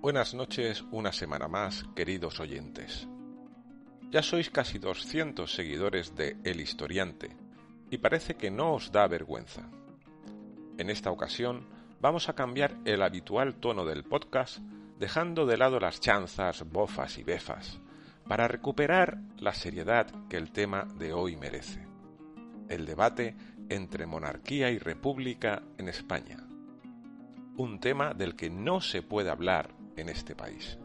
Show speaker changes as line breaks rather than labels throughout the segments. buenas noches una semana más, queridos oyentes. Ya sois casi 200 seguidores de El Historiante, y parece que no os da vergüenza. En esta ocasión vamos a cambiar el habitual tono del podcast, dejando de lado las chanzas, bofas y befas, para recuperar la seriedad que el tema de hoy merece. El debate entre monarquía y república en España. Un tema del que no se puede hablar en este país.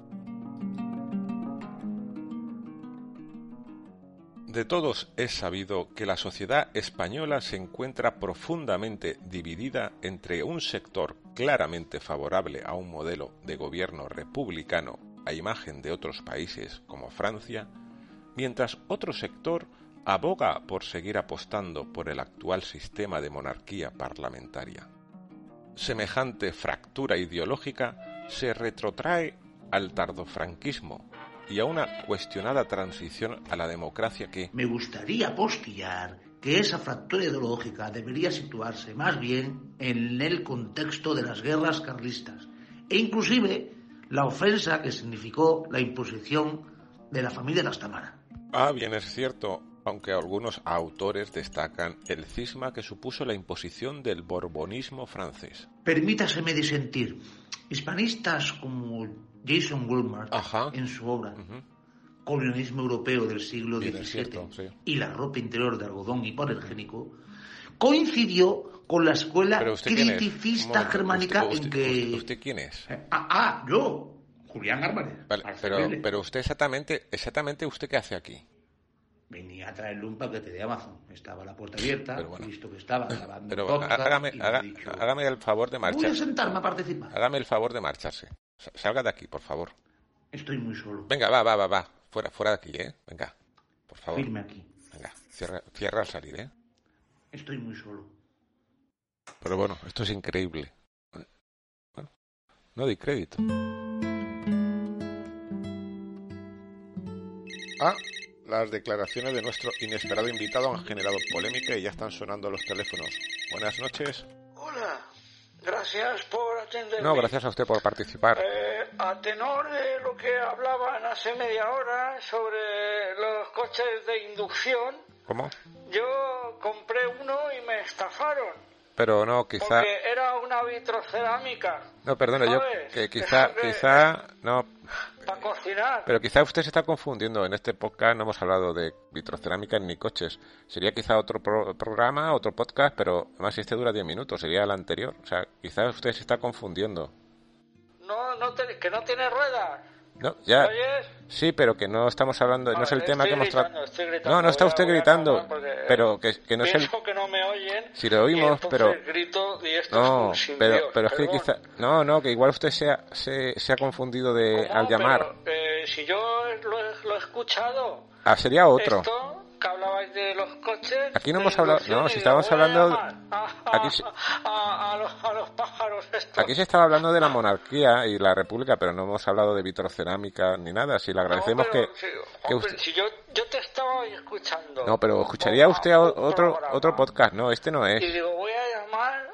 De todos es sabido que la sociedad española se encuentra profundamente dividida entre un sector claramente favorable a un modelo de gobierno republicano a imagen de otros países como Francia, mientras otro sector aboga por seguir apostando por el actual sistema de monarquía parlamentaria. Semejante fractura ideológica se retrotrae al tardofranquismo y a una cuestionada transición a la democracia que...
Me gustaría postillar que esa fractura ideológica debería situarse más bien en el contexto de las guerras carlistas e inclusive la ofensa que significó la imposición de la familia de Astamara.
Ah, bien es cierto, aunque algunos autores destacan el cisma que supuso la imposición del borbonismo francés.
Permítaseme disentir. Hispanistas como Jason Woolmark
Ajá.
en su obra
Ujú.
Colonialismo Europeo del siglo
Bien,
XVII
es cierto, sí.
y la ropa interior de algodón hipoalergénico coincidió con la escuela
Pero usted quién es? Un
criticista
momento,
germánica
usted-
en
usted-
que...
usted- usted quién es?
Eh, Ah, ah, yo, Julián Álvarez.
Vale, pero,
arzobispo.
pero usted exactamente, exactamente usted qué hace aquí.
Venía a traerle un paquete de Amazon. Estaba la puerta abierta,
Pero bueno.
he visto que estaba grabando
Pero
podcast
hágame,
y me
haga-
ha dicho,
hágame el favor de
voy a
marcharse.
sentarme a participar.
Hágame el favor de marcharse. Sa- Salga de aquí, por favor.
Estoy muy solo.
Venga, va, va, va, va. Fuera, fuera de aquí, ¿eh? Venga, por favor.
Firme aquí.
Venga, cierra, cierra al salir, ¿eh?
Estoy muy solo.
Pero bueno, esto es increíble. Bueno, no di crédito. Ah, las declaraciones de nuestro inesperado invitado han generado polémica y ya están sonando los teléfonos. Buenas noches.
Hola, gracias por atenderme.
No, gracias a usted por participar.
Eh, a tenor de lo que hablaban hace media hora sobre los coches de inducción,
¿Cómo?
yo compré uno y me estafaron
Pero no, quizá...
porque era una vitrocerámica
No, perdone, yo...
¿sabes?
Que quizá,
Eso que-
quizá... No,
para cocinar.
pero quizá usted se está confundiendo. En este podcast no hemos hablado de vitrocerámicas ni coches. Sería quizá otro pro- programa, otro podcast, pero además este dura 10 minutos, sería el anterior. O sea, quizá usted se está confundiendo.
No, no te- que no tiene ruedas.
No, ya...
¿Oyes?
Sí, pero que no estamos hablando, no es el
Vale,
tema que
estoy
hemos tratado.
gritando, estoy gritando.
No, no está
Voy a-
usted
voy a
gritando,
calmar porque, eh,
pero que, que no es el...
Pienso que no me oyen.
Sí, lo oímos,
y entonces
pero-
grito y esto
No,
es un sin
pero,
Dios,
pero es que
perdón.
quizá... No, no, que igual usted se ha, se, se ha confundido de,
¿Cómo?
al llamar.
Ah, Pero, eh, si yo lo he, lo he escuchado.
Ah, sería otro.
Esto que hablabais de los coches.
Aquí no
de
hemos hablado-
inducción
no,
y
si
de-
estábamos
voy a
hablando-
llamar A,
aquí se-
a- a los, a los pájaros estos.
Aquí se estaba hablando de la monarquía y la república, pero no hemos hablado de vitrocerámica ni nada. Si le agradecemos
No, pero
que,
si-
que
hombre,
usted...
si yo, yo te estaba escuchando.
No, pero escucharía usted a
Un- un
otro,
programa.
otro podcast. No, este no
Y
es.
digo, voy a llamar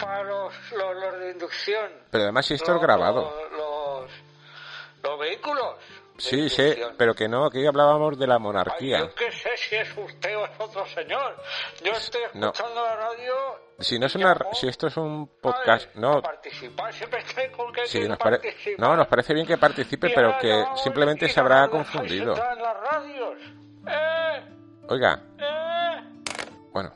para los, los, los de inducción.
Pero además si esto es
Los-
grabado.
Los, los, los vehículos. de
Sí, sí,
inducción.
pero que no, aquí hablábamos de la
Ay,
monarquía.
yo qué sé si es usted o es otro señor. Yo estoy
no.
escuchando la radio
Si no es una,
llamo,
si esto es un
Vale,
podcast, no,
Participar, siempre estoy con que
sí,
quiero
nos pare-
participar.
no, nos parece bien que participe,
Y
pero
ahora
que
llamamos
simplemente
y
se habrá
no nos dejáis
confundido.
entrar en las radios. Eh,
Oiga,
eh.
Bueno.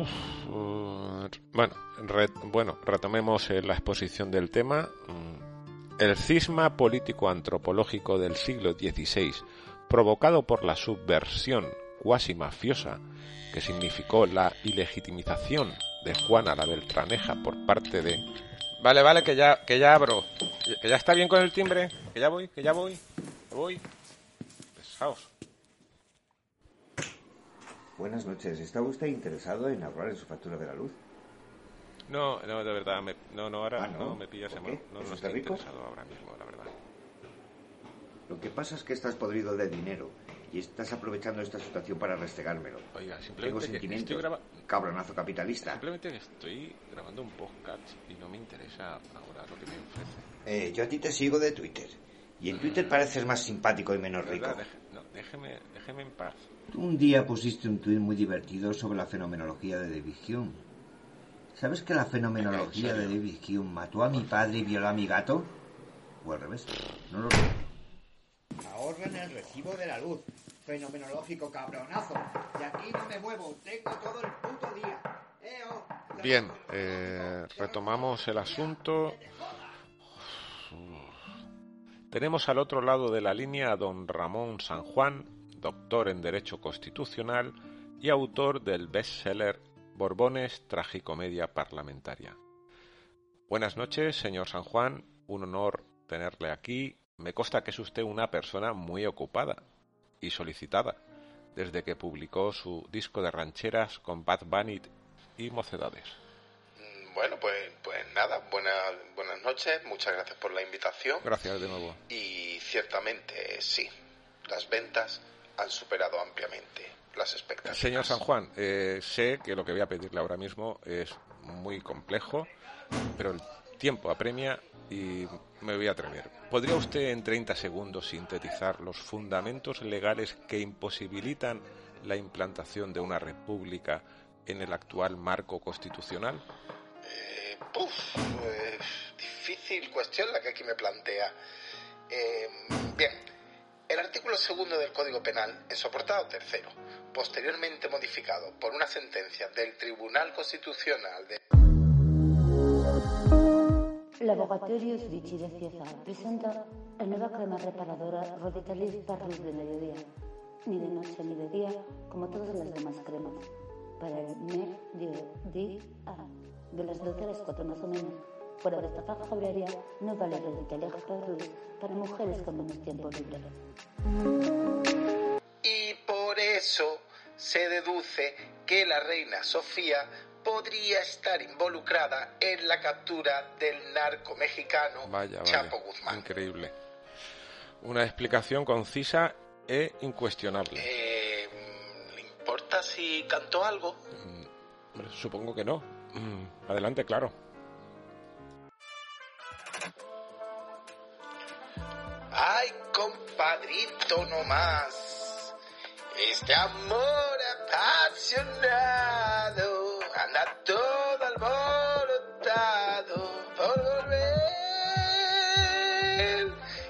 eh, bueno, re- bueno, retomemos eh, la exposición del tema. Mm, El cisma político-antropológico del siglo XVI, provocado por la subversión cuasi mafiosa que significó la ilegitimización de Juana la Beltraneja por parte de... Vale, vale, que ya, que ya abro. Que ya está bien con el timbre. Que ya voy, que ya voy. Que voy. Pesaos.
Buenas noches. ¿Estaba usted interesado en hablar en su factura de la luz?
No, no, de verdad, me- no, no, ahora
Ah,
no.
¿no?
me pillas en
¿Por
mal.
qué?
No,
¿Eso
no
está
estoy
rico?
interesado ahora mismo, la verdad.
Lo que pasa es que estás podrido de dinero
y estás aprovechando esta situación para restregármelo.
Oiga, simplemente
Tengo
que
sentimientos.
estoy graba-
Cabronazo capitalista.
Simplemente que estoy grabando un podcast y no me interesa ahora lo que me ofrece.
Eh, yo a ti te sigo de Twitter. Y en Twitter pareces más simpático y menos rico.
Ah. ¿Verdad? Deje- no, déjeme, déjeme en paz.
Tú un día pusiste un tuit muy divertido sobre la fenomenología de David Hume. ¿Sabes que la fenomenología de David Hume mató a mi padre y violó a mi gato? O al revés. No lo sé.
Ahorren el recibo de la luz. Fenomenológico cabronazo. Y aquí no me muevo. Tengo todo el puto día. Eh, oh. Eo, la-
Bien, eh, retomamos el asunto. Tenemos al otro lado de la línea a don Ramón San Juan, doctor en Derecho Constitucional y autor del bestseller Borbones, Tragicomedia Parlamentaria. Buenas noches, señor San Juan. Un honor tenerle aquí. Me consta que es usted una persona muy ocupada y solicitada desde que publicó su disco de rancheras con Bad Bunny y Mocedades.
Mm, Bueno, pues, pues nada, buenas, buenas noches, muchas gracias por la invitación
Gracias de nuevo.
y ciertamente eh, sí, las ventas han superado ampliamente las expectativas.
Señor San Juan, eh, sé que lo que voy a pedirle ahora mismo es muy complejo, pero el tiempo apremia y me voy a atrever. ¿Podría usted en 30 segundos sintetizar los fundamentos legales que imposibilitan la implantación de una república en el actual marco constitucional?
Eh, puf, eh, difícil cuestión la que aquí me plantea. Eh, bien, el artículo segundo del Código Penal, en su apartado tercero, posteriormente modificado por una sentencia del Tribunal Constitucional de
Laboratorio Switchy de Cieza presenta la nueva crema reparadora Roditalis para luz de mediodía. Ni de noche ni de día, como todas las demás cremas. Para el mediodía, ah, de las 12 a las 4 más o menos. Fuera de esta caja no vale Roditalis para luz para mujeres con menos tiempo libre.
Y por eso se deduce que la reina Sofía podría estar involucrada en la captura del narco mexicano
Vaya, vaya.
Chapo Guzmán.
Increíble. Una explicación concisa e incuestionable.
Eh, ¿Le importa si cantó algo?
Hombre, Supongo que no. Mm, Adelante, claro.
Ay, compadrito nomás. Este amor apasionado anda todo alborotado por volver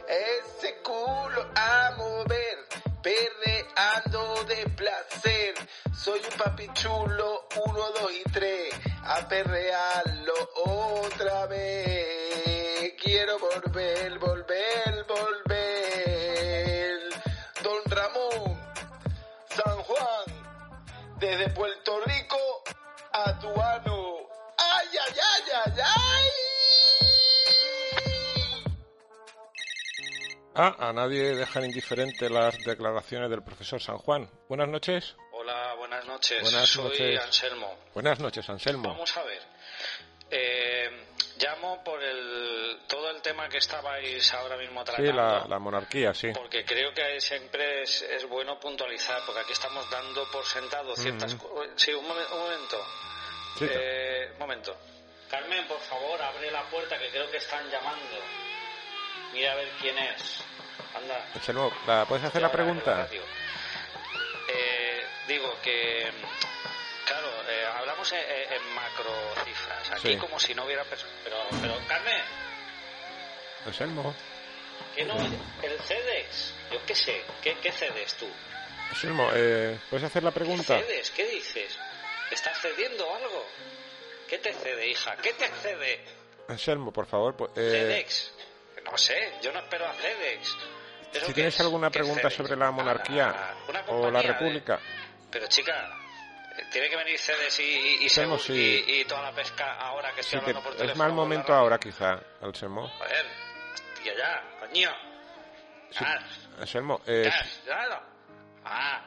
ese culo a mover, perreando de placer. Soy un papi chulo, uno, dos y tres, a perrearlo otra vez. Quiero volver, volver, volver. Don Ramón, San Juan, desde Puerto Rico a Tuano. ¡Ay, ay, ay, ay, ay!
Ah, a nadie dejan indiferente las declaraciones del profesor San Juan. Buenas noches.
Hola, buenas noches.
Buenas
Soy
noches.
Anselmo.
Buenas noches, Anselmo.
Vamos a ver. Eh, llamo por el, todo el tema que estabais ahora mismo
Sí,
tratando.
la, la monarquía, sí.
Porque creo que siempre es, es bueno puntualizar, porque aquí estamos dando por sentado ciertas...
Ujú.
cu- Sí, un, momen- un momento.
Sí, claro.
Eh, un momento. Carmen, por favor, abre la puerta que creo que están llamando. Mira a ver quién es. Anda.
Anselmo, ¿la- ¿puedes hacer la
Ahora,
pregunta?
radio. Eh, digo que, claro, eh, hablamos en, en macro cifras. Aquí
Sí.
como si no hubiera pers- Pero, pero, Carmen,
Anselmo,
que no, el CEDEX, yo qué sé, ¿qué, qué CEDEX tú?
Anselmo, eh, ¿puedes hacer la pregunta?
¿Cedes? ¿Qué dices? ¿Estás cediendo algo? ¿Qué te cede, hija? ¿Qué te cede?
Eh, Anselmo, por favor. pues, eh,
¿CEDEX? No sé, yo no espero a CEDEX. ¿Pero
si
qué
tienes
es?
alguna
¿Qué
pregunta
CEDEX?
sobre la monarquía
Ah, una
o la
compañía de-
república,
Pero chica, eh, tiene que venir Cedes y, y, y
Selmo,
Seúl
sí.
y, y toda la pesca ahora que
sí
estoy
que
hablando por teléfono.
es mal
con la
momento
radio.
ahora quizá, Anselmo.
Joder, tía, ya, coño.
Sí.
Ah,
Anselmo, eh,
ya, ya, ya. Ah,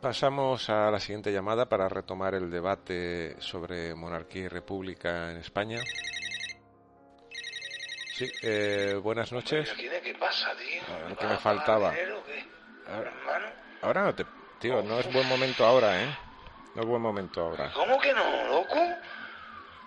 Pasamos a la siguiente llamada para retomar el debate sobre monarquía y república en España. Sí, eh, buenas noches.
¿Qué pasa, tío?
A ver, ¿qué me faltaba?
¿Dinero, qué?
A ver,
Hermano,
Ahora no te... Tío, no es buen momento ahora, ¿eh? No es buen momento ahora.
¿Cómo que no, loco?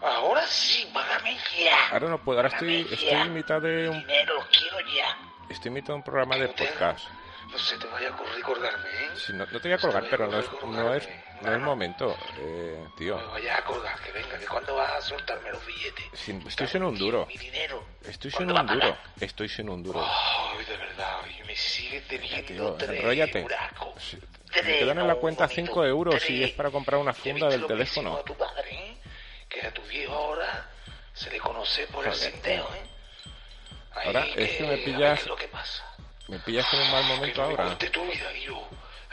Ahora sí, págame ya.
Ahora no puedo, ahora estoy, estoy en mitad de un,
Dinero, quiero ya.
estoy en mitad de un programa de podcast.
No se te vaya a ocurrir colgarme, ¿eh?
Sí, no, no te voy a colgar, pero no es, no es, no es momento, eh, tío.
No me vayas a colgar, que venga, que cuando vas a soltarme los billetes.
Sí, estoy sin un duro.
Mi dinero.
Estoy sin
¿Cuándo
un
va a
duro,
pagar?
estoy sin un duro.
Ay, de verdad, oye, me sigue teniendo
tío,
tres,
enróllate.
buraco.
Sí, te
Tres,
quedan en la
no,
cuenta
bonito,
cinco euros y
tres.
es para comprar una
¿Ya
funda
viste
del
lo que le
teléfono?
hicimos A tu padre, ¿eh? Que a tu viejo ahora se le conoce por el
Joder.
sinteo, ¿eh? Ahí
Ahora, es que me
a ver
pillas-
qué es lo que pasa.
Me pillas en un mal momento
Que no me
ahora.
cuente tu vida, Guillo.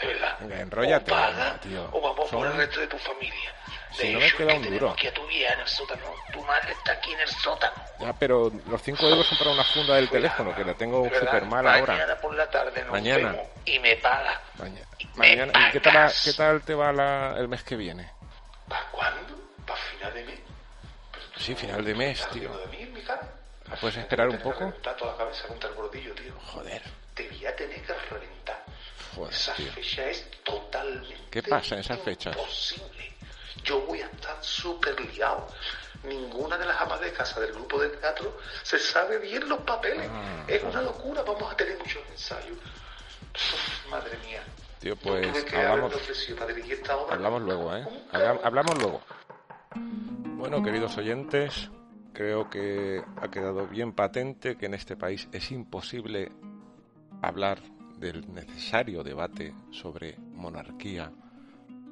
De verdad.
Venga, enróllate,
O paga,
tío.
o vamos
Son-
por el resto de tu familia.
Si
de
no me
hecho,
queda
es que
un
tenemos
duro.
aquí a tu vieja en el sótano. Tu madre está aquí en el sótano.
Ya, pero los cinco euros son para una funda del teléfono, que la tengo
¿Verdad?
súper mal ahora.
Mañana por la tarde nos
Mañana.
vemos y me paga.
Maña-
Me
Mañana, ¿y qué tal,
pagas.
qué tal te va la- el mes que viene?
¿Para cuándo? ¿Para final de mes?
Sí, final de mes, tío.
¿Lo de mí en mi cara?
¿La puedes esperar un
Te voy a
poco?
reventar toda la cabeza contra el bordillo, tío.
Joder,
Te voy a tener que reventar.
joder,
Esa
tío.
fecha es totalmente
¿Qué pasa en esas fechas?
imposible. Yo voy a estar súper liado. Ninguna de las amas de casa del grupo de teatro se sabe bien los papeles.
Ah.
es una locura, vamos a tener muchos ensayos. Uf, madre mía.
Tío,
No
pues,
tuve que
hablamos-
haberme ofrecido para dirigir esta obra.
Hablamos luego, ¿eh?
Un
Habla- hablamos luego. Bueno, queridos oyentes, creo que ha quedado bien patente que en este país es imposible hablar del necesario debate sobre monarquía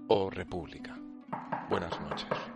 o república. Buenas noches.